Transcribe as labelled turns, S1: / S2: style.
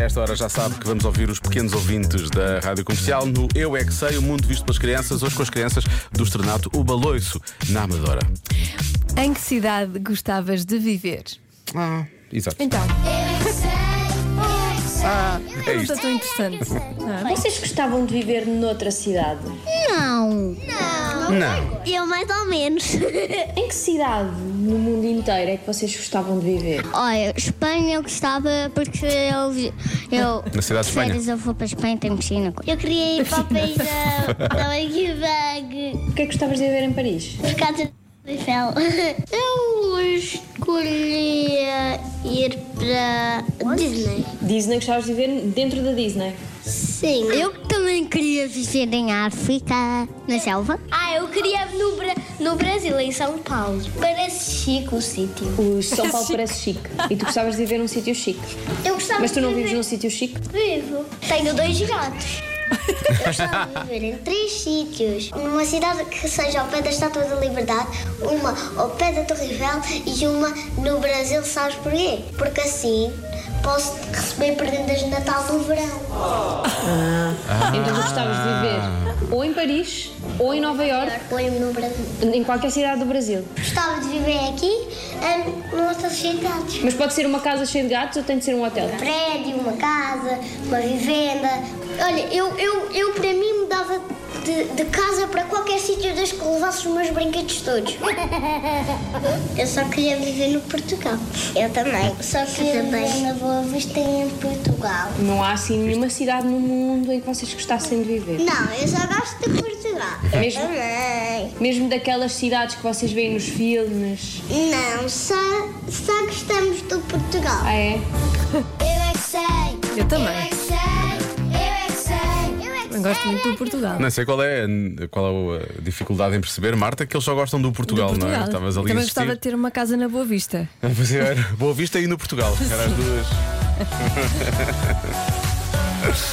S1: Esta hora já sabe que vamos ouvir os pequenos ouvintes da Rádio Comercial no Eu É Que Sei, o mundo visto pelas crianças, hoje com as crianças do estrenato O Baloiço, na Amadora.
S2: Em que cidade gostavas de viver?
S1: Ah, exato.
S2: Então,
S1: Ah, é
S2: não está
S1: isto.
S2: tão interessante.
S3: Vocês gostavam de viver noutra cidade?
S4: Não.
S1: Não.
S4: Eu mais ou menos.
S3: Em que cidade no mundo inteiro é que vocês gostavam de viver?
S4: Olha, Espanha eu gostava porque eu. vi- eu
S1: Na cidade de
S4: férias eu vou para a Espanha tem piscina. Eu queria ir para o país da, da Big Bang
S3: O que é que gostavas de viver em Paris?
S4: por causa do Eiffel. Eu escolhia ir para Disney.
S3: Disney, gostavas de viver dentro da Disney?
S4: Sim. Eu também queria viver em África, na selva. Ah, eu queria no, no Brasil, em São Paulo. Parece chique o sítio.
S3: O São Paulo parece chique. E tu gostavas de viver num sítio chique.
S4: Eu gostava
S3: Mas tu não vives num sítio chique?
S4: Vivo. Tenho dois gatos. Eu gostava de viver em três sítios. Numa cidade que seja ao pé da Estátua da Liberdade, uma ao pé da Torre Eiffel e uma no Brasil, sabes porquê? Porque assim posso receber prendas de Natal no verão.
S3: Então tu gostavas de viver ou em Paris ou em Nova York,
S4: Apoio-me no Brasil.
S3: em qualquer cidade do Brasil.
S4: Gostava de viver aqui, é em nossas cidades.
S3: Mas pode ser uma casa cheia de gatos ou tem de ser um hotel?
S4: Prédio, uma casa, uma vivenda. Olha, eu, eu, eu para mim mudava de, de casa para qualquer sítio desde que levasse os meus brinquedos todos. Eu só queria viver no Portugal. Eu também. Só queria viver na Boa Vista em Portugal.
S3: Não há assim nenhuma cidade no mundo em que vocês gostassem de viver.
S4: Não, eu só gosto de Portugal.
S3: Mesmo?
S4: Também.
S3: Mesmo daquelas cidades que vocês veem nos filmes.
S4: Não, só, só gostamos do Portugal.
S3: Ah, é?
S4: Eu é que sei.
S2: Eu também.
S4: Eu é que sei. Eu é que sei. Eu é que
S2: Eu gosto muito do Portugal.
S1: Não sei qual é, a- qual é a dificuldade em perceber, Marta, que eles só gostam do Portugal,
S2: Do
S1: não é? Estavas
S2: Eu
S1: ali a
S2: também
S1: insistir.
S2: gostava de ter uma casa na Boa Vista.
S1: Mas era Boa Vista e no Portugal. Era as duas.